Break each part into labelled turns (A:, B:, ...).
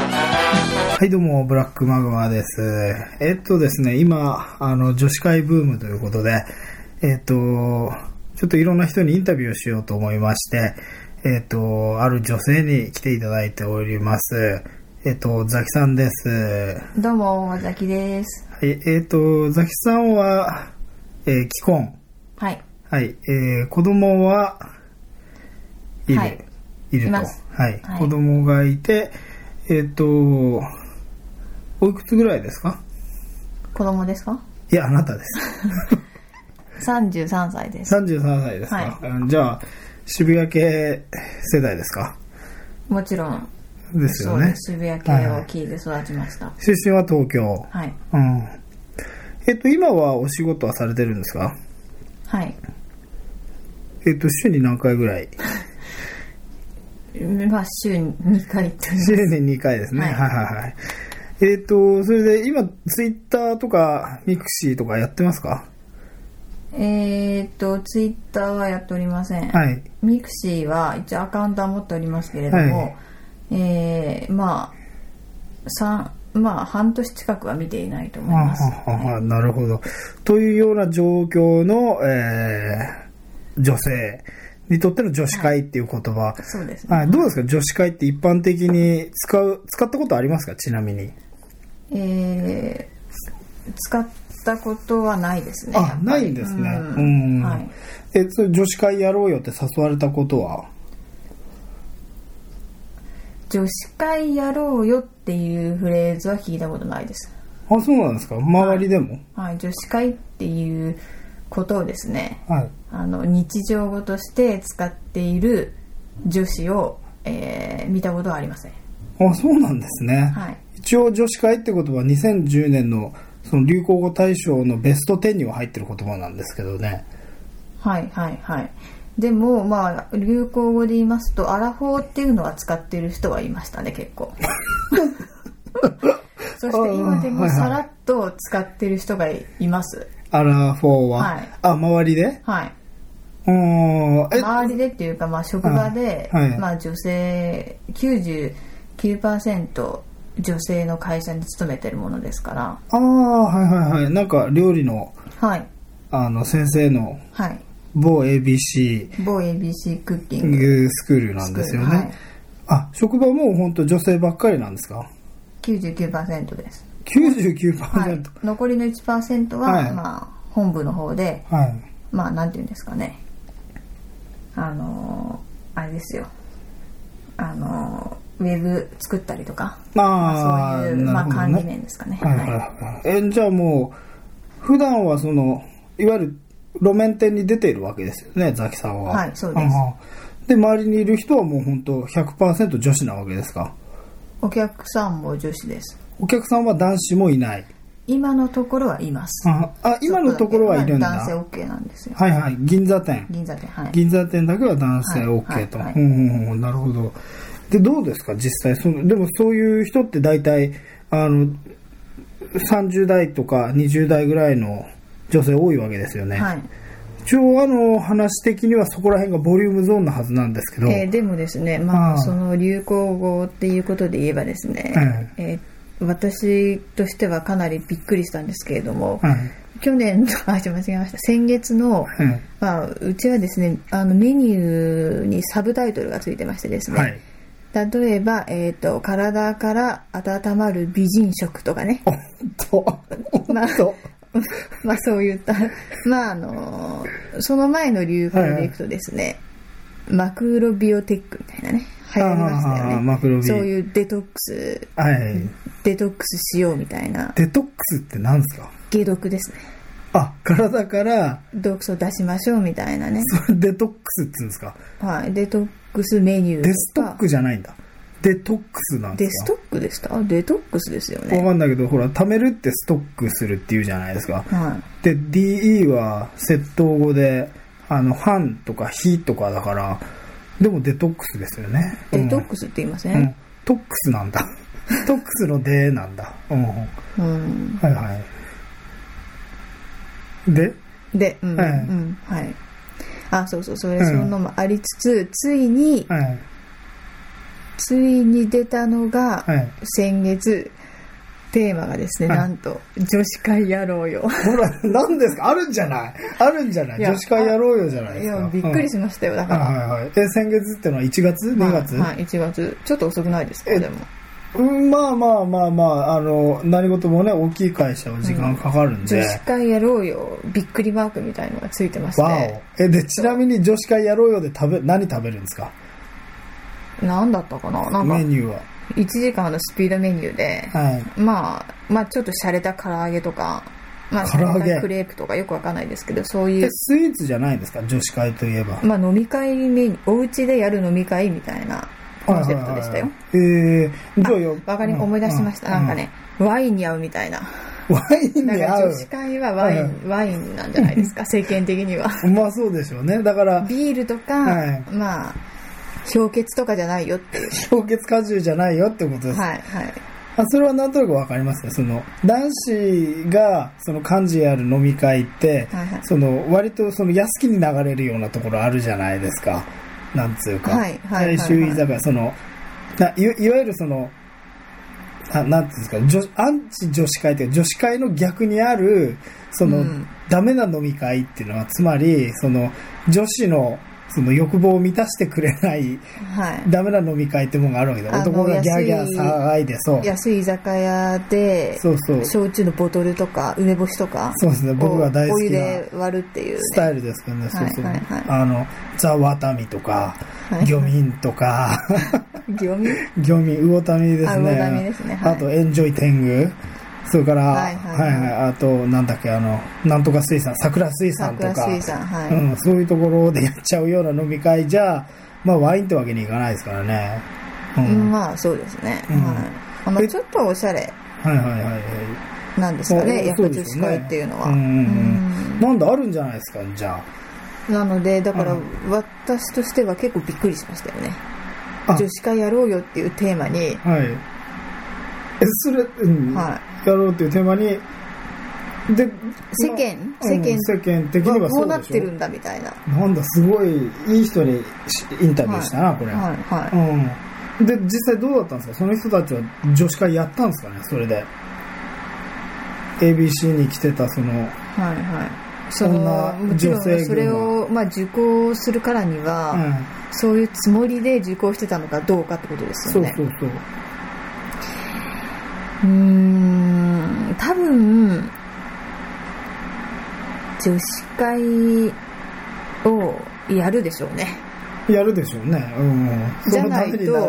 A: はい、どうも、ブラックマグマです。えっとですね、今、あの、女子会ブームということで、えっと、ちょっといろんな人にインタビューをしようと思いまして、えっと、ある女性に来ていただいております。えっと、ザキさんです。は
B: どうも、ザキです。
A: い、えっと、ザキさんは、えー既婚。
B: はい。
A: はい、えー子供は、いる。
B: はいい、
A: ると。
B: い
A: は
B: ます
A: い、
B: はい
A: 子供がいて、えっと、おいくつぐらいですか
B: 子供ですか
A: いや、あなたです。
B: ?33 歳です。
A: 33歳ですか、
B: は
A: うんじゃあ、渋谷系世代ですか
B: もちろん、
A: ですよね。
B: そうです渋谷系を聞いて育ちました。
A: 出身は東京。
B: はい。
A: うん。えっと、今はお仕事はされてるんですか
B: はい。
A: えっと、週に何回ぐ らい
B: まあ、週に2回という。
A: 週に2回ですね。は
B: はいい
A: はいはい。えっと、それで今、ツイッターとか、ミクシーとかやってますか
B: えーっと、ツイッターはやっておりません。
A: はい。
B: ミクシーは一応アカウントは持っておりますけれども、
A: はい
B: えー、まあ、三まあ、半年近くは見ていないと思い
A: あ
B: ます。
A: ああなるほど。というような状況の、えー女性にとっての女子会っていう言葉。
B: そうですね。
A: はい、どうですか女子会って一般的に使う、使ったことありますかちなみに。
B: えー、使ったことはないですね。やっぱ
A: あ、
B: り
A: ないんですね。う。
B: うんんはい。
A: え、それ女子会やろうよって誘われたことは
B: 女子会やろうよっていうフレーズは聞いたことないです。
A: あ、そうなんですか周りでも
B: はい、女子会っていうことをですね、
A: はい。
B: あの日常語として使っている女子を、えー見たことはありません。
A: あ、そうなんですね。
B: はい。
A: 一応女子会って言葉は2010年のその流行語大賞のベスト10には入ってる言葉なんですけどね。
B: はいはいはい。でも、まあ、流行語で言いますと、アラフォーっていうのは使ってる人はいましたね、結 構。そして今で
A: あーはいは
B: も
A: い
B: さらっと使ってる人がいます。
A: アラフォーは。
B: はい
A: あ、周りで
B: はい。
A: うーん。え、
B: 周りでっていうか、まあ、職場で、
A: はいはい
B: まあ、女性99%女性の会社に勤めてるものですから、
A: ああ、はいはいはい。なんか料理の、
B: はい。
A: あの、先生の
B: はい。
A: 某 ABC
B: 某 ABC クッキング。
A: スクールなんですよね。
B: はい
A: あ、職場も本当女性ばっかりなんですか
B: 99%です。
A: ?99%。は
B: はいい。、残りの1%は、
A: はい
B: まあ、本部の方で、
A: はい。
B: まあ、なんていうんですかね。あのーあれですよ。あのーウェブ作ったりとか、
A: まあ、
B: そういう、まあ、
A: な
B: 管
A: るほど
B: 理
A: ね。
B: 面ですかね。
A: はいはいはい。え、じゃあもう、普段はその、いわゆる路面店に出ているわけですよね、ザキさんは。
B: はいそうです
A: あーで、周りにいる人はもう本当100%女子なわけですか。
B: お客さんも女子です。
A: お客さんは男子もいない。
B: 今のところはいます。
A: あ、あ今のところはいるんだ。
B: 男性 OK なんですよ。
A: はいはい、銀座店。
B: 銀座で、はい。
A: 銀座店だけは男性 OK と。
B: はいはい
A: うんうんうん、なるほど。で、どうですか実際その。でもそういう人って大体、あの、30代とか20代ぐらいの女性多いわけですよね。
B: はい。
A: 一応、あの、話的にはそこら辺がボリュームゾーンのはずなんですけど、
B: えーでもですね、ま
A: あ
B: あ、
A: ー
B: その流行語っていうことで言えばですね、えー私としてはかなりびっくりしたんですけれども、
A: はい
B: 去年の、 あ、ちょっと間違えました。先月の、
A: はい
B: まあ、うちはですね、あの、メニューにサブタイトルがついてましてですね、
A: はい。
B: 例えば、えっ、と、体から温まる美人食とかね、
A: おっと、おっと、
B: まあそういった、まああの、その前の流行でいくとですね、マクロビオテックみたいなね、流行りましたよ
A: あ
B: ね
A: ー。マクロビ
B: そういうデトックス、
A: はい。
B: デトックスしようみたいな、
A: デトックスって何ですか
B: 解毒ですね。
A: あ、体から
B: 毒素出しましょうみたいなね。
A: それデトックスって言うんですか
B: はい、デトックスメニュー
A: デスト
B: と
A: ッ
B: か。
A: クじゃないんだ。デトックスなんで
B: デ
A: すか
B: ストックでしたデトックスですよ
A: わ
B: ね。
A: かんないけど、ほら、貯めるってストックするっていうじゃないですか。
B: は
A: で、DE は窃盗語で、あの、半とか非とかだから、でもデトックスですよね。
B: い。デト
A: ッ
B: ックスって言いませ
A: スうんん。トックスなんだ。 トックスのデなんだ。うん。は
B: うん。
A: いはい。で、
B: で、うん。
A: はい
B: うん。はい。あ、そうそう、それ、
A: うん
B: そのもありつつ、ついに、
A: はい。
B: ついに出たのが、
A: はい。
B: 先月、テーマがですね、
A: はい
B: なんと、女子会やろうよ。
A: ほら、何ですかあるんじゃないあるんじゃない
B: いや
A: 女子会やろうよじゃないで
B: い
A: す
B: や
A: か。、
B: びっくり
A: し
B: しましたよ、だ
A: た。
B: から。
A: はいはいはい。え、先月ってのは1月 ?2 月、
B: はい、はい、1月。ちょっと遅くないですか、
A: え
B: でも。
A: うん、まあまあまあまあ、あの、何事もね、大きい会社は時間かかるんで。
B: 女子会やろうよ、びっくりマークみたいのがついてまし
A: わ
B: て。
A: お。え、で、ちなみに女子会やろうよで食べ、何食べるんですか
B: なんだったかななんか
A: メ、ニューは。
B: 1時間のスピードメニューで、
A: はい。
B: まあ、まあちょっと洒落た唐揚げとか、まあ
A: 唐揚げ
B: 洒落たクレープとかよくわかんないですけど、そうい
A: え
B: う、、
A: スイーツじゃないんですか女子会といえば。
B: まあ飲み会メニュー、お家でやる飲み会みたいなコンセプトでしたよ。
A: はいはいはい。えー、どうよ。
B: わかり、思い出しました。なんかね、ワインに合うみたいな。
A: うん。ワイン
B: なん
A: に
B: か
A: 合う
B: 女。子会はワイ
A: うん
B: ン、ワインなんじゃな いですか、世間的には。
A: まあそうでしょうね。だから、
B: ビールとか、
A: はい
B: まあ、氷結とかじゃないよっていう。
A: 氷結果汁じゃないよってことです。
B: はい、はい。
A: あそれはなんとなくわかりますよ。その、男子が、その漢字ある飲み会って、
B: はいはい
A: その、割とその安気に流れるようなところあるじゃないですか。なんつうか。
B: はいはいはいはい
A: 大衆居酒屋、その、ないわいわゆるその、あなんていうんですか女、アンチ女子会っていうか女子会の逆にある、その、
B: うん
A: ダメな飲み会っていうのは、つまり、その、女子の、その欲望を満たしてくれない、
B: はい。
A: ダメな飲み会ってもんがあるわけで、
B: あの
A: 男がギャーギャー
B: 安い
A: 騒いで、そう。
B: 安い居酒屋で
A: そうそう。
B: 焼酎のボトルとか梅干しとか
A: そうですね。僕が大好
B: お湯
A: きな
B: で割るっていう、ね、
A: スタイルですけどね。そうそう
B: はいはいはい。
A: あの、ザ・ワタミとか、
B: はい
A: 漁民とか、
B: 業務
A: 漁民、魚民ですね。
B: あ魚民ですねはい
A: あと、エンジョイ天狗。それから、は
B: はいい
A: は
B: はいいはい
A: あと、なんだっけ、あの、なんとか水産、桜水産と
B: 桜
A: か、
B: 水産はい、
A: うん、そういうところでやっちゃうような飲み会じゃ、まあ、ワインってわけにいかないですからね。う
B: うん
A: ん。
B: まあそうですね、
A: うん
B: はいまあ、
A: え
B: ちょっとおしゃれ
A: はいはいはいはい。
B: なんですか
A: まあ
B: ねやっぱ
A: そう
B: 女
A: です
B: 子
A: よね
B: 会っていうのは、
A: うんうん
B: うん
A: なんだ、あるんじゃないですか、じゃ
B: なのでだから
A: うん
B: 私としては結構びっくりしましたよね
A: あ。あ
B: 女子会やろうよっていうテーマに、
A: はい。え、それ、うん。
B: は
A: やろうっていうテーマに、で、
B: 世間
A: まあうん
B: 世間
A: 世間的
B: い、
A: に
B: わ
A: は
B: こ
A: そううでしょ
B: なってるんだみたいな
A: なんだ、すごい、いい人にしインタビューしたな、これ。
B: はいは
A: う
B: い
A: ん。で、実際どうだったんですかその人たちは女子会やったんですかねそれで。ABC に来てた、その、
B: はいはい。
A: そ
B: そ
A: ん
B: の
A: な
B: もちろん
A: 女性群は
B: それを、まあ、受講するからには、
A: うん
B: そういうつもりで受講してたのかどうかってことです
A: そ
B: よ
A: う
B: ね。
A: そうそう。
B: うーん、多分、女子会をやるでしょうね。
A: やるでしょうね。うん。
B: じゃない
A: そのた
B: と、
A: めにな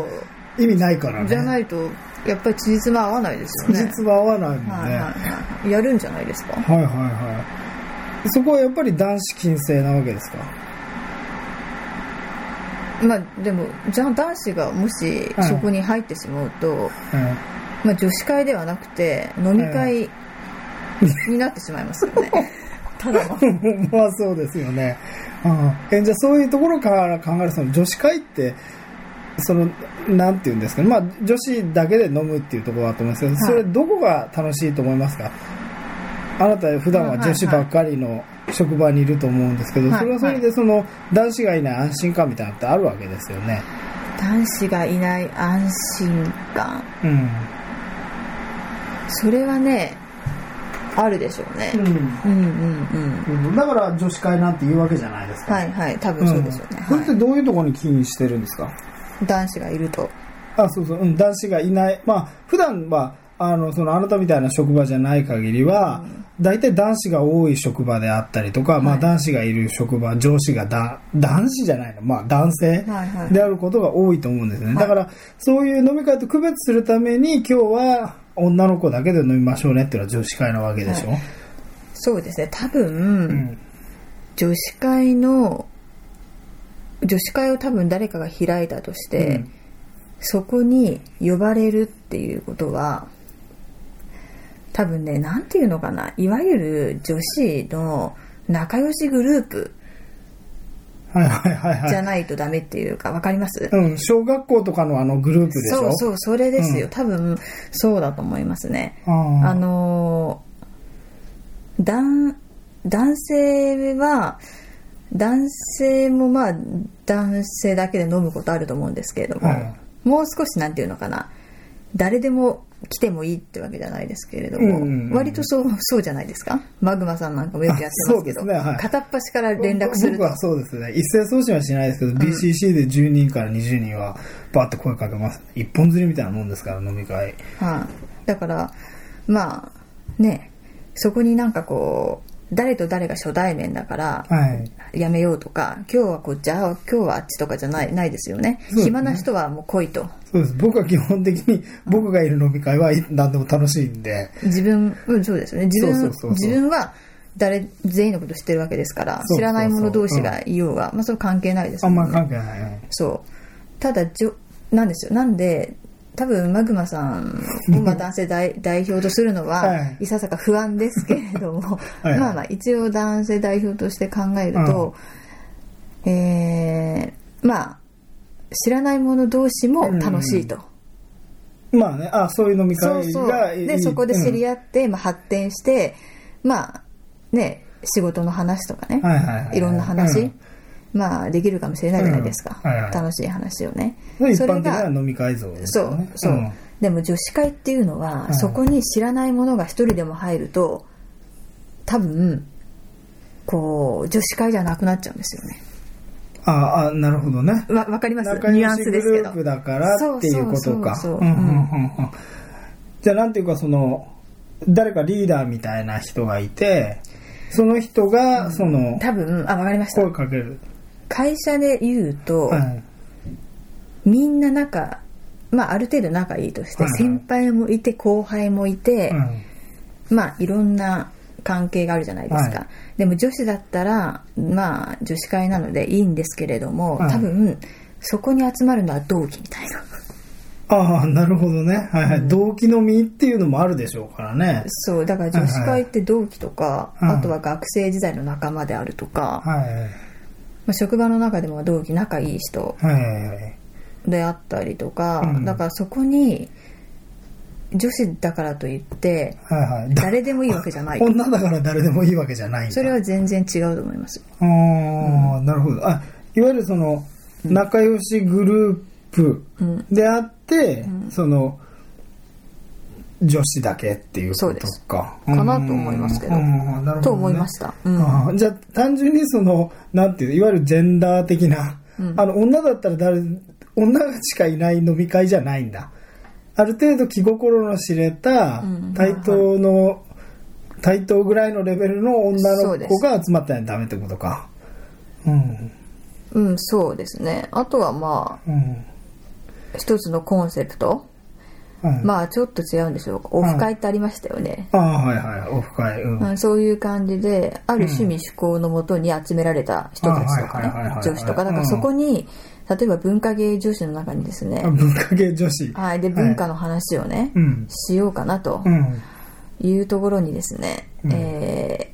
A: 意味ないからね。。
B: じゃないいと、やっぱり事実も合わないですよね。
A: 実は合わないもんね。
B: はいはいはい。やるんじゃないですか。
A: はいはいはい。そこはやっぱり男子禁制なわけですか。
B: まあ、でも、じゃあ男子がもしそこに入ってしまうと、
A: うん
B: まあ、女子会ではなくて飲み会になってしまいますよ ねただの
A: まあそうですよね。うん、えじゃあそういうところから考えるその女子会って、その、なんて言うんですかね。まあ女子だけで飲むっていうところだと思うんですけど、
B: はい
A: それどこが楽しいと思いますかあなた普段は女子ばっかりの職場にいると思うんですけど、
B: はい
A: それはそれでその男子がいない安心感みたいなのってあるわけですよね。
B: 男子がいない安心感
A: うん。
B: それはねあるでしょうね、うん、うんうん
A: うん。だから女子会なんて言うわけじゃないですか。
B: はいはい多分そうでしょうね、
A: んそれっ
B: は
A: てどういうところに起因してるんですか
B: い、男子がいると
A: あ、そうそう、うん、男子がいない。まあ、普段は、あの、その、あなたみたいな職場じゃない限りは、大体男子が多い職場であったりとか、まあ、
B: はい
A: 男子がいる職場、上司がだ、男子じゃないの、まあ、男性
B: はいはい
A: であることが多いと思うんですよね。
B: は
A: だ
B: い
A: から、そういう飲み会と区別するために、今日は女の子だけで飲みましょうねっていうのは女子会なわけでしょ。
B: そうですね多
A: う
B: 分
A: ん。
B: 女子会の女子会を多分誰かが開いたとして、
A: うん
B: そこに呼ばれるっていうことは多分ね何ていうのかないわゆる女子の仲良しグループ
A: はいはいはい
B: じ
A: は
B: ゃ
A: い。
B: ないとダメっていうかわかります、
A: うん、小学校とかのあのグループでしょ
B: そう
A: う。
B: そうそれですよ、
A: うん
B: 多分そうだと思いますね
A: あ
B: あ
A: ー
B: のー男男性は男性もまあ男性だけで飲むことあると思うんですけれども、
A: はい
B: もう少しなんていうのかな誰でも来てもいいってわけじゃないですけれども、
A: うんうんうん
B: 割とそうそうじゃないですかマグマさんなんかもよくやってますけど
A: あそうですねはい
B: 片っ端から連絡する
A: 僕
B: と
A: はそうですね。一斉送信はしないですけど、BCC で10人から20人は、バーって声かけます。一本釣りみたいなもんですから、飲み会。
B: はい、だからまあねそこになんかこう誰と誰が初対面だから
A: はい。
B: やめようとか今日はこっちあ今日はあっちとかじゃないないですよね
A: そうですね
B: 暇な人はもう来いと
A: そうです。僕は基本的に、僕がいる飲み会は何でも楽しいんで、
B: 自分うんそうですよね自分
A: そうそうそうそう
B: 自分は誰全員のこと知ってるわけですか
A: そ
B: ら
A: うそうそう
B: 知らない者同士がいようが、まあそれ関係ないです
A: あ
B: も
A: ん
B: んね
A: ま関係ない。はい
B: そうただじょなんですよなんで多分マグマさんをまあ男性代 代表とするのは、
A: はい
B: い、ささか不安ですけれども
A: い はい
B: まあまあ一応男性代表として考えると、えーまあ知らない者同士も楽しいと。
A: まあね、あ、そういう飲み会
B: そ
A: が
B: うそう
A: いい
B: でそこで知り
A: 合
B: 合って、まあ、発展してまあね仕事の話とかね、
A: はいはいはい
B: いろんな話、
A: うん
B: まあできるかもしれないじゃないですか、
A: うんはいはい
B: 楽しい話をね
A: うん、一
B: そ
A: 般
B: れ
A: 的な
B: が
A: 飲み会像です
B: そ
A: よ
B: う
A: ね。
B: そう、
A: ん
B: でも女子会っていうのは、
A: うん
B: そこに知らないものが一人でも入ると多分こう女子会じゃなくなっちゃうんですよね
A: ああ、なるほどね。
B: わわかります
A: 仲
B: ニュ
A: 良
B: アン
A: し
B: ス
A: グ
B: ですけ
A: ル
B: ど
A: ープだからっていうことか。
B: そうう
A: う
B: んそうそうんそうう
A: う
B: ん
A: んじゃあなんていうかその、誰かリーダーみたいな人がいて、その人が、その、
B: 多分あわかりました
A: 声かける。
B: 会社で言うと、
A: はい。
B: みんな仲まあある程度仲いいとして、
A: はいはい
B: 先輩もいて後輩もいて、
A: うん
B: まあいろんな関係があるじゃないですか、
A: は
B: でも女子だったらまあ女子会なのでいいんですけれども、
A: はい
B: 多分そこに集まるのは同期み たいな
A: ああ、なるほどね。はいはい。動機のみっていうのもあるでしょうからね。
B: そうだから女子会って同期とか、
A: はいはい
B: あとは学生時代の仲間であるとか、
A: はい。
B: まあ、職場の中でも同期仲いい人
A: はいはい。
B: であったりとか、
A: うん
B: だからそこに女子だからといって
A: はいはい。だ
B: 誰でもいいわけじゃない
A: 女だから誰でもいいわけじゃないんだ
B: それは全然違うと思います
A: ああ、なるほど。あ、いわゆるその、仲良しグループ
B: うん
A: であって、その、女子だけっていうこ
B: そう
A: と
B: です
A: か。
B: かなと思いますけど
A: うんうんなるほどね
B: と思いましたうん
A: あーじゃあ、単純にその、なんていう、いわゆるジェンダー的な、あの、女だったら誰、女がしかいない飲み会じゃないんだ。ある程度気心の知れた
B: うん、
A: 対等の、対等ぐらいのレベルの
B: そ
A: 女
B: う
A: の
B: で
A: 子
B: す
A: が集まったらダメってことか。うん。
B: うんそうですねあとはま
A: うん。
B: あ一つのコンセプト
A: はい、
B: まあちょっと違うんでしょうオフ会ってありましたよね、
A: ああ、はいはい。オフ会。うん。
B: うん、そういう感じである趣味趣向のもとに集められた人たちとか
A: あはい
B: ね
A: はいはいはい
B: 女子とかだからそこに例えば文化芸女子の中にですね
A: あ文化系女子。
B: はいで文化の話をね
A: うん。
B: しようかなと
A: うん。
B: いうところにですね、
A: うん
B: え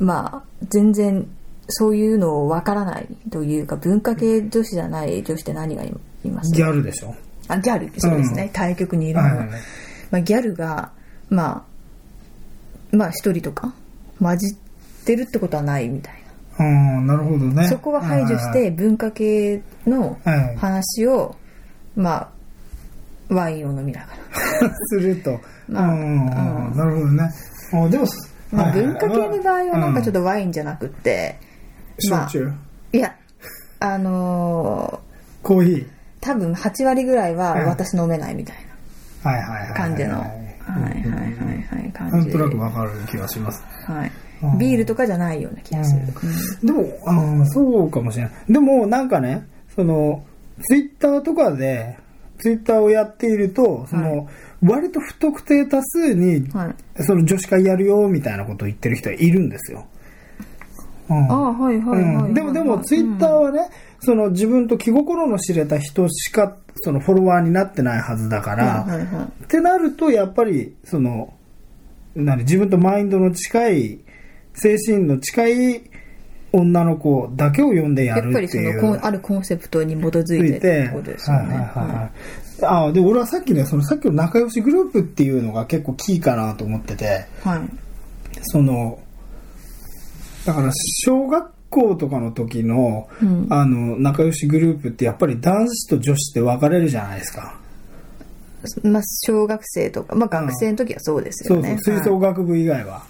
B: ーまあ全然そういうのをわからないというか文化系女子じゃない女子って何がいいます
A: ギャルでしょ。
B: あギャルそうですね、
A: うん
B: 対局にいるの
A: は
B: は、
A: いはいはい。
B: まあ、ギャルがまあまあ一人とか混じってるってことはないみたい
A: うん、なるほどね。
B: なそこは排除し
A: はい
B: て文化系の
A: はいはい、はい
B: 話をまあワインを飲みながら
A: すると。
B: まあ
A: うん、なるほどね。あでも、
B: まあ、文化系の場合はなんかちょっ
A: と、
B: とワインじゃなくって、
A: うん
B: まあ
A: 焼酎、
B: いやあの
A: コーヒー。
B: ー多分8割ぐらいは
A: うん
B: 私飲めないみたい
A: はいはいはいはい。
B: な感じの、はいはいはいはい感じ
A: なんとなくわかる気がします。
B: はい
A: うん
B: ビールとかじゃないような気がする、
A: でも、うん、そうかもしれない。でも、なんかね、その、ツイッターとかで、ツイッターをやっていると、その、割と不特定多数に、
B: はい
A: その女子会やるよ、みたいなことを言ってる人はいるんですよ。うん
B: ああはいはいはい、は
A: う
B: い
A: んでも、でも、ツイッターはね、その自分と気心の知れた人しか、そのフォロワーになってないはずだから、
B: はいはいはい
A: ってなると、やっぱり、その、何、自分とマインドの近い、精神の近い女の子だけを呼んでや
B: や
A: る
B: っぱり
A: っ
B: そ
A: ていう。
B: のコンあるコンセプトに基づいてってことですよ
A: はいは
B: ね。
A: いはいはい。ああ、で、俺はさっきね、そのさっきの仲良しグループっていうのが結構キーかなと思ってて、
B: はい
A: その、だから小学校とかの時の、
B: うん
A: あの、仲良しグループってやっぱり男子と女子って分かれるじゃないですか。
B: まあ、小学生とか、まあ、学生の時はそうです
A: そ
B: よ
A: う
B: ね。
A: そう、吹奏
B: はい
A: 楽部以外は。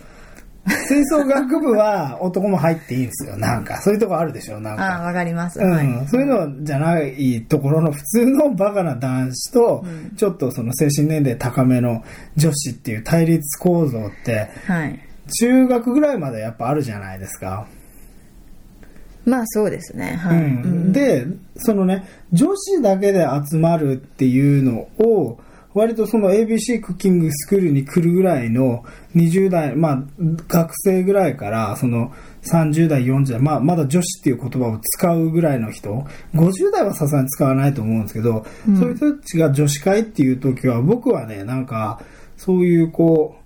A: 吹奏楽部は 男も入っていいんですよ、なんか。そういうとこあるでしょ、なん
B: ああ、
A: か。
B: わかります。
A: う
B: はい
A: ん、そういうのじゃないところの普通のバカな男子と、ちょっとその精神年齢高めの女子っていう対立構造って、
B: はい。
A: 中学ぐらいまでやっぱあるじゃないですか。
B: まあ、そうですね。は
A: う
B: い。
A: ん、で、そのね、女子だけで集まるっていうのを、割とその ABC クッキングスクールに来るぐらいの20代、まあ学生ぐらいからその30代、40代、まあまだ女子っていう言葉を使うぐらいの人、50代はさすがに使わないと思うんですけど、そういう人たちが女子会っていう時は僕はね、なんかそういうこ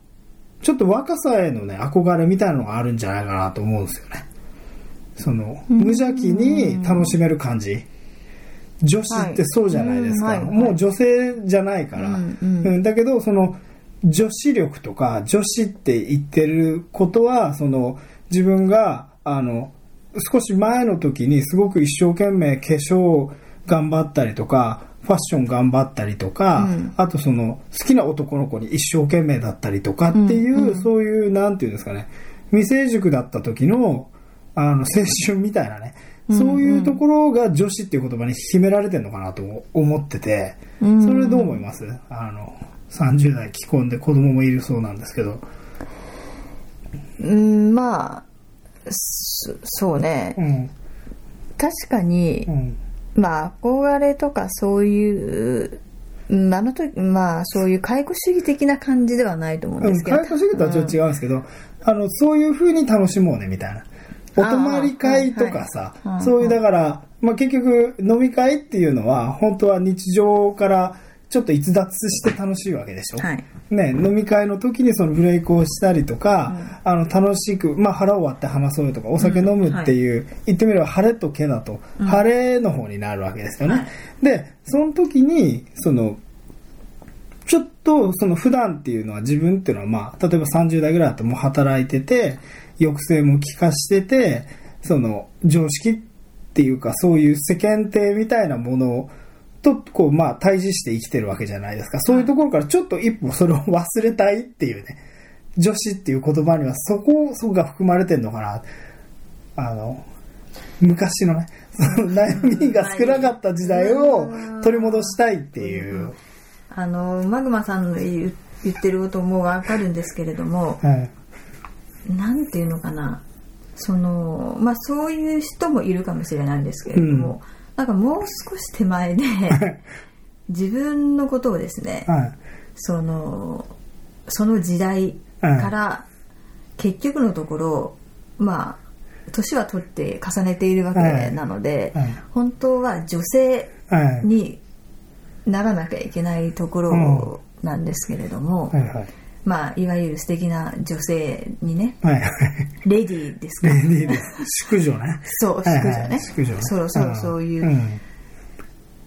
A: う、ちょっと若さへのね、憧れみたいなのがあるんじゃないかなと思うんですよね。その、無邪気に楽しめる感じ。女子ってそうじゃないですか。
B: はいうんはい
A: もう女性じゃないから。
B: うん
A: う
B: うんん
A: だけど、その、女子力とか、女子って言ってることは、その、自分が、あの、少し前の時にすごく一生懸命化粧頑張ったりとか、ファッション頑張ったりとか、
B: うん
A: あとその、好きな男の子に一生懸命だったりとかっていう、
B: うんうん
A: そういう、なんていうんですかね、未成熟だった時の、あの、青春みたいなね、そういうところが女子っていう言葉に秘められてるのかなと思ってて、
B: うん
A: それどう思いますあの、30代既婚で子供もいるそうなんですけど。
B: うん、まあ、そそうね
A: う。ん。
B: 確かに
A: う、ん。
B: まあ、憧れとかそういう、うんあの時、まあ、そういう解雇主義的な感じではないと思うん
A: う
B: で
A: ん、
B: すけど。
A: 解雇主義とはちょっと違うんですけど、あの、そういう風に楽しもうね、みたいな。お泊まり会とかさ
B: あーはいは、い
A: そういう、だから、まあ、結局、飲み会っていうのは、本当は日常からちょっと逸脱して楽しいわけでしょ。
B: はい。
A: ね、飲み会の時にそのブレイクをしたりとか、あの楽しく、まあ、腹を割って話そうよとかお酒飲むっていう、言ってみれば晴れとけだと、晴れの方になるわけですよね、でその時にそのちょっとその普段っていうのは自分っていうのはまあ例えば30代ぐらいだともう働いてて抑制も利かしててその常識っていうかそういう世間体みたいなものとこうまあ対峙して生きてるわけじゃないですかそういうところからちょっと一歩それを忘れたいっていうね女子っていう言葉にはそこそこが含まれてんのかなあの昔のねその悩みが少なかった時代を取り戻したいっていう。
B: あの、マグマさんの言う言ってることもわかるんですけれども、
A: はい
B: なんていうのかなそのまあそういう人もいるかもしれないんですけれども、
A: うん
B: なんかもう少し手前で自分のことをですね
A: はい。
B: そのその時代から結局のところまあ年は取って重ねているわけなので、
A: はいはい
B: 本当は女性
A: はい。
B: にならなきゃいけないところなんですけれども、
A: はいはい。
B: まあいわゆる素敵な女性にね
A: はいはい。
B: レディーですか
A: レ
B: ら
A: ディーです。宿女ね。
B: そう、
A: はい
B: 淑
A: はい
B: 女ね。
A: 淑女ね。
B: そろそろそういう。
A: うん。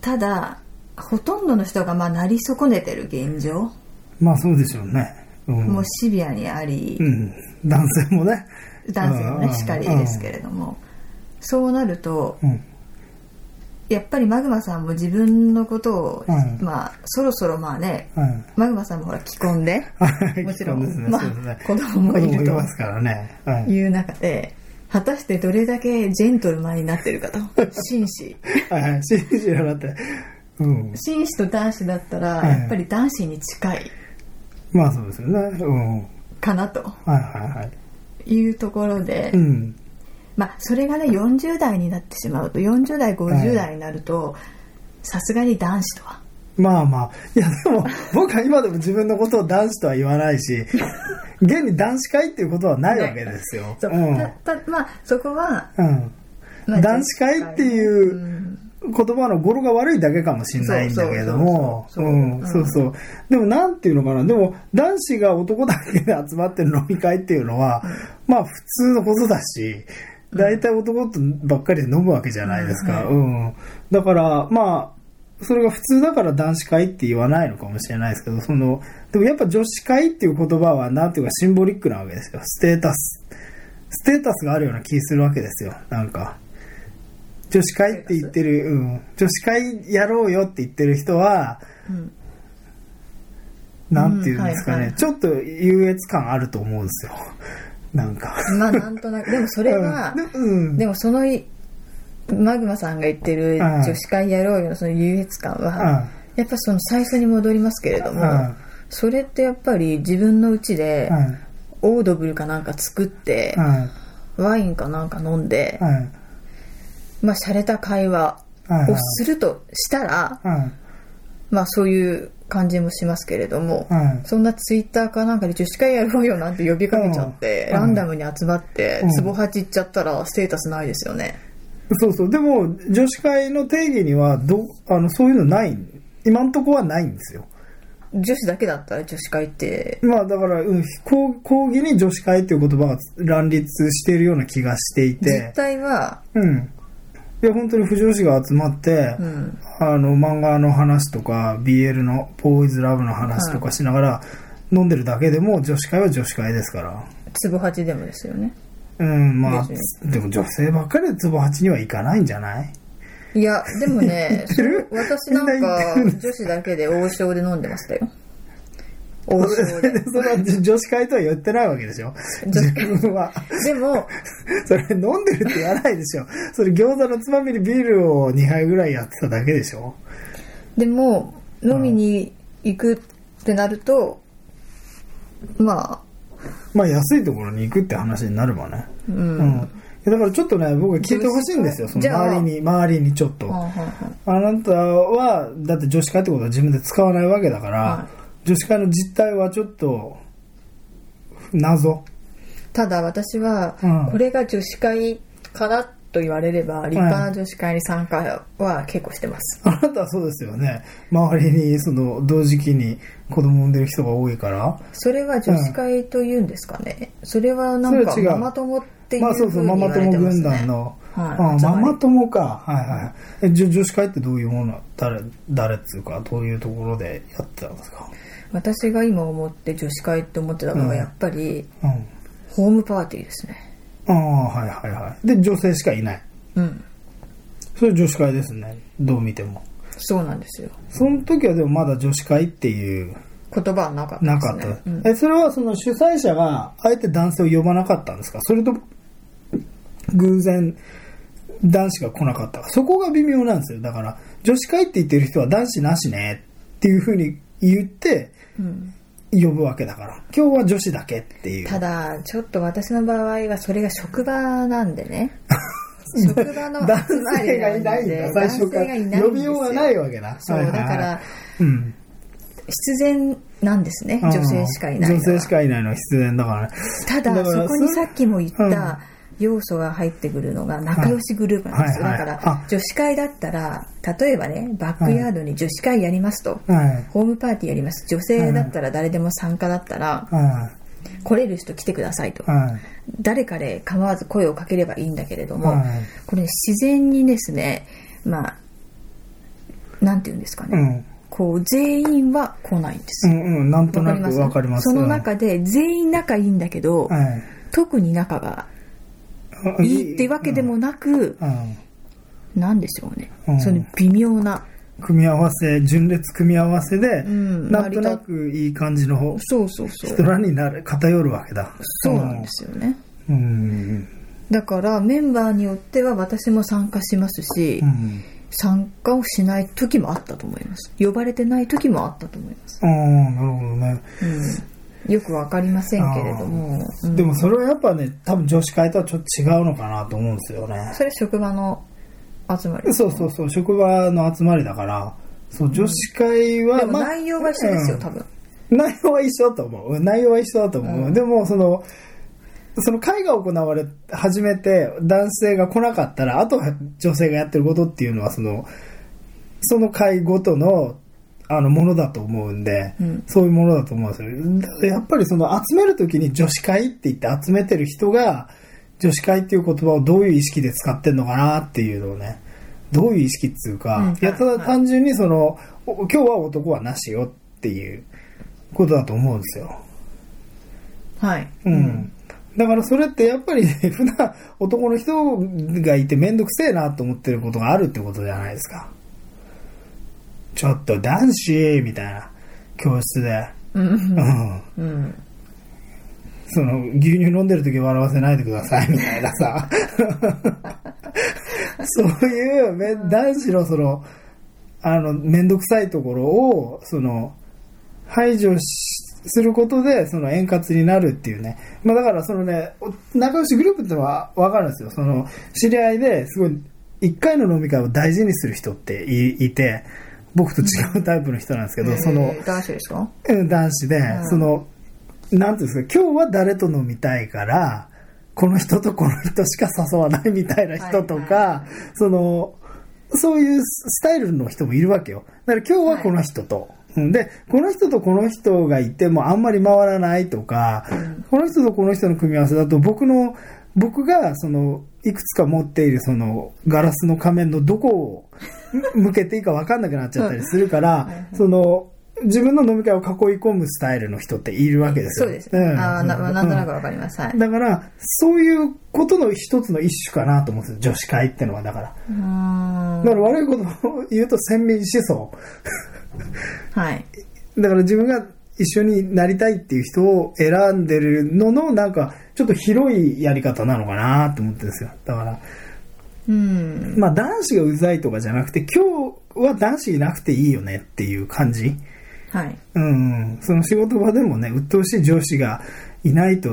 B: ただ、ほとんどの人がまあなり損ねてる現状
A: まあそうでしょうね。うん。
B: もシビアにあり
A: う、ん。男性もね。
B: 男性も
A: うん
B: ね、しかりですけれども、そうなると、
A: うん。
B: やっぱりマグマさんも自分のことを
A: うん、
B: まあ、そろそろまあね、
A: うん。
B: マグマさんもほら、既婚で、もちろ
A: そうです
B: ん、
A: ね
B: ま
A: そうです
B: あ
A: ね、
B: 子供もい
A: 子供
B: る
A: いますからね。は
B: と
A: い。
B: いう中で、果たしてどれだけジェントルマンになってるかと。紳士。
A: はいはい。信じられて。うん。
B: 紳士と男子だったら、
A: うん
B: やっぱり男子に近い
A: まあそうですよね。うん。はい
B: かなと
A: はいはい。
B: いうところで、
A: うん。
B: まあ、それがね40代になってしまうと40代50代になるとさすがに男子とは
A: まあまあ。いやでも、 僕は今でも自分のことを男子とは言わないし、現に男子会っていうことはないわけですよ。
B: そう
A: うん。
B: たたまあ、そこは、
A: うん。
B: まあ、
A: 男子会って
B: う
A: いう言葉の語呂が悪いだけかもしれないんだけども、、
B: そううそうそうそうん
A: そうそう。でもなんていうのかな、でも男子が男だけで集まってる飲み会っていうのは、まあ普通のことだし、大体男とばっかりで飲むわけじゃないですか。うん。だから、まあ、それが普通だから男子会って言わないのかもしれないですけど、その、でもやっぱ女子会っていう言葉はなんていうかシンボリックなわけですよ。ステータスステータスがあるような気するわけですよ。なんか。女子会って言ってる、うん。女子会やろうよって言ってる人は、
B: うん
A: なんていうんですかね、
B: うんはいはい
A: ちょっと優越感あると思うんですよ。なんか。
B: まあなんとなくでもそれは、
A: うん、
B: でもそのいマグマさんが言ってる
A: うん
B: 女子会やろうよのその優越感は、やっぱその最初に戻りますけれど
A: うん、
B: も、
A: うん
B: それってやっぱり自分の家で
A: う、ん、
B: オードブルかなんか作って、ワインかなんか飲んで、
A: うん、うん
B: まあ洒落た会話
A: うん
B: をするとしたら、
A: うん、
B: まあそういう感じもしますけれども、
A: うん
B: そんなツイッターかなんかで女子会やろうよなんて呼びかけちゃって、
A: うん
B: ランダムに集まって
A: うん、
B: ツボはち行っちゃったらステータスないですよね。
A: そうそう。でも、女子会の定義には、ど、あの、そういうのない。今んとこはないんですよ。
B: 女子だけだったら女子会って、
A: まあだから、うん、講講義に女子会っていう言葉が乱立しているような気がしてい
B: 実
A: て、
B: 態は、
A: うん。で、本当に不女子が集まって、
B: うん、
A: あの、漫画の話とか、BL の、ボーイズラブの話とかしながら、飲んでるだけでも、女子会は女子会ですから。
B: ツボハチでもですよね。
A: うん、まあ
B: で、
A: でも女性ばっかりでツボ8にはいかないんじゃない
B: いや、でもね、
A: ってる
B: そう私なん か
A: みんな言ってるん
B: 女子だけで王将で飲んでました よ。王将
A: で
B: で。
A: それは女子会とは言ってないわけでしょ
B: 女
A: 自
B: 子会
A: 分は。
B: でも、
A: それ飲んでるって言わないでしょ。それ餃子のつまみにビールを2杯ぐらいやってただけでしょ。
B: でも、飲みに行くってなると、まあ、
A: まあ安いところに行くって話になればね。
B: うん。
A: うん。だからちょっとね、僕は聞いてほしいんですよ。その
B: じゃあ
A: 周りに、周りにちょっと。
B: はあは
A: あなたは、だって女子会ってことは自分で使わないわけだから、
B: は
A: 女子会の実態はちょっと、謎。
B: ただ私は、
A: うん
B: これが女子会かなと言われれば、立派な女子会に参加は結構してます。
A: あなたはそうですよね。周りに、その、同時期に子供産んでる人が多いから。
B: それは女子会と言うんですかね。それはな
A: そ
B: ん
A: れは
B: か、
A: 違う
B: ママ友っていう
A: まあそう
B: ふ
A: そうう、
B: に
A: マ
B: 言わ
A: マ
B: れてま
A: 友
B: すね。
A: 軍団の。ああ
B: はい。
A: ママ
B: マ
A: 友か。はいはい。え女女子会ってどういうもの誰、誰っつうか、どういうところでやってたんですか
B: 私が今思って女子会って思ってたの
A: う
B: は、
A: ん
B: やっぱり、
A: うん。
B: ホームパーティーですね。
A: ああ、はいはいはい。で、女性しかいない。
B: うん。
A: それ女子会ですね。どう見ても。
B: そうなんですよ。
A: その時はでもまだ女子会っていう、
B: 言葉はなかった
A: な
B: です
A: か
B: ね。
A: った。
B: うん
A: え、それはその主催者が、あえて男性を呼ばなかったんですかそれと、偶然、男子が来なかったか。そこが微妙なんですよ。だから、女子会って言ってる人は男子なしねっていうふうに言って、
B: うん
A: 呼ぶわけだから今日は女子だけっていう
B: ただちょっと私の場合はそれが職場なんで ね職場の
A: 男
B: 集ま
A: 性
B: り
A: がいな
B: ないん
A: ん
B: で
A: だ最初か
B: 男性がいな
A: ら
B: い
A: 呼びようがないいわけだ
B: そう
A: はい
B: だ
A: はいはい
B: から
A: うん
B: 必然なんですね女性しかいないの
A: 女性
B: は
A: しかいないのは必然だからね
B: た
A: だ
B: だ
A: から
B: そこにさっきも言っ
A: うん
B: た要素が入ってくるのが仲良しグループなんですよ
A: は
B: だ
A: いはい
B: か
A: はいあ
B: ら女子会だったら例えばねバックヤードに女子会やりますと
A: はい
B: ホームパーティーやります女性だったら誰でも参加だったら
A: は
B: 来れる人来てくださいと
A: いはい
B: 誰かで構わず声をかければいいんだけれども、
A: はい
B: これ自然にですねまあなんて言うんですかね、
A: うん
B: こう全員は来ないんで
A: う
B: すよ、
A: んうんなんとなくわかります
B: その中で全員仲いいんだけど、
A: は
B: 特に仲が
A: い
B: いいってわけでもなく、
A: うん
B: なんでしょうね、
A: うん
B: その微妙な
A: 組み合わせ順列組み合わせで
B: ん
A: なんとなくいい感じの方
B: そうそうそう
A: 人らになる偏るわけだ
B: そうなんですよね
A: うん
B: だからメンバーによっては私も参加しますし、
A: うん
B: 参加をしない時もあったと思います呼ばれてない時もあったと思います、
A: うんなるほどね
B: うん、よくわかりませんけれども、うん
A: でもそれはやっぱね、多分女子会とはちょっと違うのかなと思うんですよね。
B: それ職場の集まり
A: そうそうそう、職場の集まりだから、そう、女子会は、
B: でも内容が一緒ですよ、
A: うん
B: 多分
A: 内容は一緒だと思う。内容は一緒だと思う。
B: うん
A: でも、その、その会が行われ始めて男性が来なかったら、あとは女性がやってることっていうのは、その、その会ごとの、あの、ものだと思うんで、
B: うん
A: そういうものだと思うんですよで。やっぱりその集めるときに女子会って言って集めてる人が、女子会っていう言葉をどういう意識で使ってんのかなっていうのをね、どういう意識っていうか、
B: うん
A: いやただ単純にその、お今日は男はなしよっていうことだと思うんですよ。
B: はい、
A: うん。だからそれってやっぱり、ね、 普段男の人がいてめんどくせえなと思ってることがあるってことじゃないですか。ちょっと男子みたいな教室で。
B: う
A: う
B: ん
A: ん
B: うん
A: その、牛乳飲んでる時笑わせないでください、みたいなさ。そういうめ、男子のその、あの、めんどくさいところを、その、排除しすることで、その円滑になるっていうね。まあだからそのね、お仲良しグループってのはわかるんですよ。その、知り合いですごい、一回の飲み会を大事にする人っていいて、僕と違うタイプの人なんですけど、その
B: え、ー男子ですか
A: うん男子で、
B: ん
A: その、なんていうんですか、今日は誰と飲みたいから、この人とこの人しか誘わないみたいな人とか、
B: はいは
A: その、そういうスタイルの人もいるわけよ。だから今日はこの人と。うんで、この人とこの人がいてもあんまり回らないとか、この人とこの人の組み合わせだと僕の、僕がその、いくつか持っているそのガラスの仮面のどこを向けていいか分かんなくなっちゃったりするから、その、自分の飲み会を囲い込むスタイルの人っているわけです
B: そ
A: よ。
B: うですね。ああ、なまあなんとな
A: く
B: くわかります。はい。
A: だから、そういうことの一つの一種かなと思うんですよ。女子会ってのは、だから。
B: うーん
A: だから悪いことを言うと、先民思想。
B: はい。
A: だから自分が一緒になりたいっていう人を選んでるのの、なんか、ちょっと広いやり方なのかなと思ってるんですよ。だから、
B: うん。
A: まあ男子がうざいとかじゃなくて、今日は男子いなくていいよねっていう感じ。
B: はい。
A: うん、その仕事場でもね、鬱陶しい上司がいないと、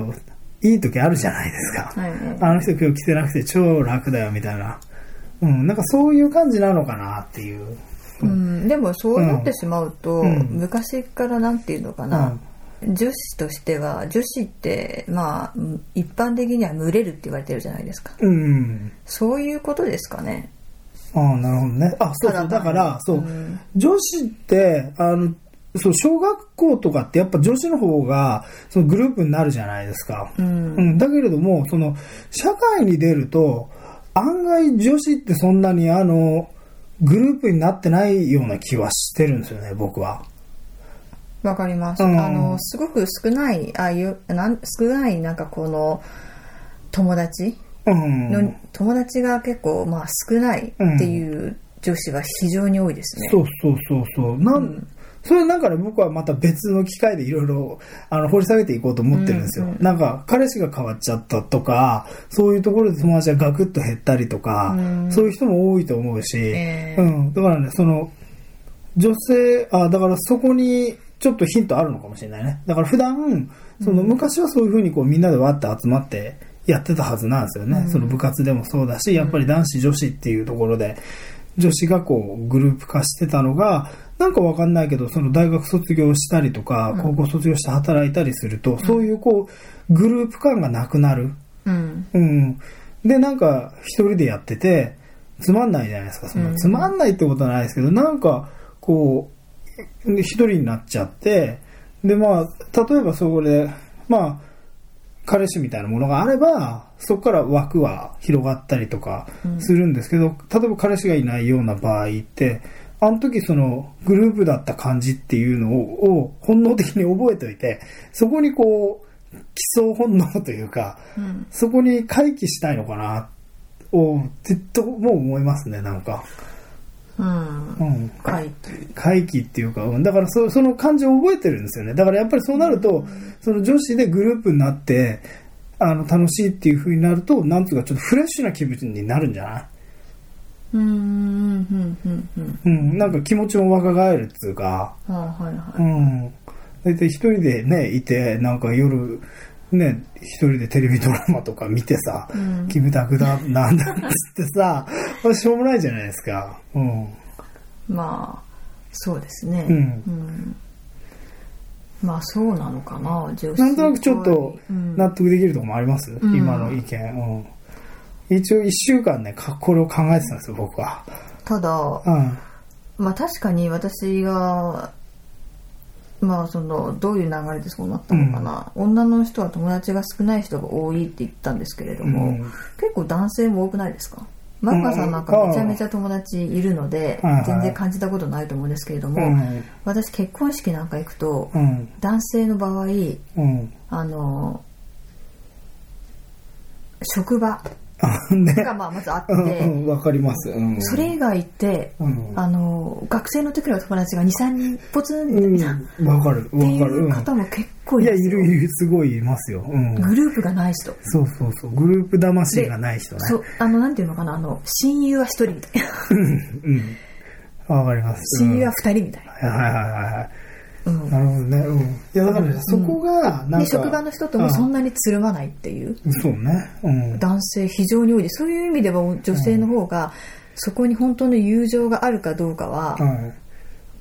A: いい時あるじゃないですか。
B: はいはい
A: あの人今日来てなくて超楽だよみたいな。うん、なんかそういう感じなのかなっていう。
B: うん、でもそうなってしまうと、
A: うん
B: 昔からなんていうのかな、女子としては女子ってまあうん一般的には群れるって言われてるじゃないですか
A: うん。
B: そういうことですかね
A: ああ、なるほどね。あ、そうそう。だから、そう。
B: ん
A: 女子って、あの、そう、小学校とかってやっぱ女子の方が、そのグループになるじゃないですか。
B: うん
A: うん、だけれども、その、社会に出ると、案外女子ってそんなにあの、グループになってないような気はしてるんですよね、僕は。
B: わかります、
A: うん
B: あのすごく少ないああいうなん少ないなんかこの友達
A: うん。
B: の、友達が結構まあ少ないっていう女子は非常に多いですね、
A: そうそうそうそう。なん、それなんかね、僕はまた別の機会でいろいろ、あの、掘り下げていこうと思ってるんですよ。なんか、彼氏が変わっちゃったとか、そういうところで友達がガクッと減ったりとか、
B: うん
A: そういう人も多いと思うし、
B: ええ
A: うん。だからね、その、女性、あ、だからそこに、ちょっとヒントあるのかもしれないね。だから普段、その昔はそういうふうにこうみんなでわって集まってやってたはずなんですよね。その部活でもそうだし、やっぱり男子女子っていうところで、女子がこうグループ化してたのが、なんかわかんないけど、その大学卒業したりとか、高校卒業して働いたりすると、そういうこう、グループ感がなくなる。
B: うん
A: うん。で、なんか、一人でやってて、つまんないじゃないですか。そんな
B: うん
A: つまんないってことはないですけど、なんか、こう、一人になっちゃって、で、まあ、例えばそこで、まあ、彼氏みたいなものがあれば、そこから枠は広がったりとかするんですけど、例えば彼氏がいないような場合って、あの時そのグループだった感じっていうのをを本能的に覚えておいて、そこにこう、基礎本能というか、
B: うん
A: そこに回帰したいのかな、を、ずっともう思いますね、なんか。
B: うん
A: うん。
B: 回帰
A: 回帰っていうか、うん、だからそその感じを覚えてるんですよね。だからやっぱりそうなると、その女子でグループになって、あの、楽しいっていう風になると、なんつうかちょっとフレッシュな気分になるんじゃない
B: うんうんうんうんうん
A: うん、なんか気持ちも若返るっつうか、
B: あはいはい
A: うん。大体一人でね、いて、なんか夜、ね、一人でテレビドラマとか見てさ、
B: うん
A: キムタクだ、なんだっつってさ、まあしょうもないじゃないですか。うん。
B: まあそうですね
A: う
B: うんん、まあそうなのかな女子
A: なんとなくちょっと
B: うん
A: 納得できるところもあります、
B: ん
A: 今の意見。うん。一応一週間ね、かこれを考えてたんですよ、僕は。
B: ただ
A: うん。
B: まあ確かに私がまあそのどういう流れでそうなったのかな、女の人は友達が少ない人が多いって言ったんですけれども、
A: うん
B: 結構男性も多くないですかマッカーさんなんかめちゃめちゃ友達いるので、
A: うんはいはい
B: 全然感じたことないと思うんですけれど
A: う
B: も、
A: ん。
B: 私結婚式なんか行くと、
A: うん。
B: 男性の場合
A: うん。
B: あの職場
A: あね。
B: がまあまずあって、
A: うんうんわかります。うん。
B: それ以外って、
A: うん
B: あの学生の時の友達が23人ポツン
A: うん
B: みたいな、っ。
A: わかる。
B: て
A: わかる。
B: いううん方も結構
A: い
B: い
A: や、い
B: ますよ
A: るいる、すごいいますよ。うん。
B: グループがない人
A: そうそうそう。グループ魂がない人ね。
B: そうあのなんていうのかなあの親友は一人みたいな
A: うん。わかります。
B: 親友
A: うん
B: は二人みたいな、
A: はいはいはいはい。
B: うん
A: なるほどね。うん。いや、だからそこが、なんか。
B: で職場の人ともそんなにつるまないっていう
A: うんそうね。うん。
B: 男性非常に多いですそういう意味では女性の方がそこに本当の友情があるかどうかは
A: はい。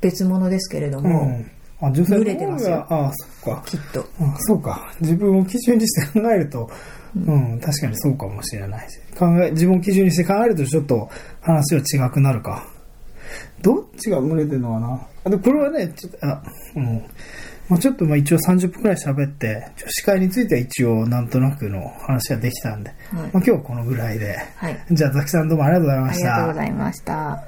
B: 別物ですけれど
A: う
B: も、
A: ん。あ、女性
B: ブレて
A: の
B: ま
A: 方
B: すよ
A: が、あ、そっか。
B: きっと
A: あそうか。自分を基準にして考えると、うん、確かにそうかもしれないし。考え、自分を基準にして考えるとちょっと話は違くなるか。どっちが群れてるのかなあで、これはね、ちょっと、あ、うん。まあちょっとまあ一応30分くらい喋って、女子会については一応なんとなくの話ができたんで、まあ今日はこのぐらいで。
B: はい
A: じゃあ、ザキさんどうもありがとうござい
B: あ
A: ま
B: り
A: し
B: が
A: た。
B: とうございました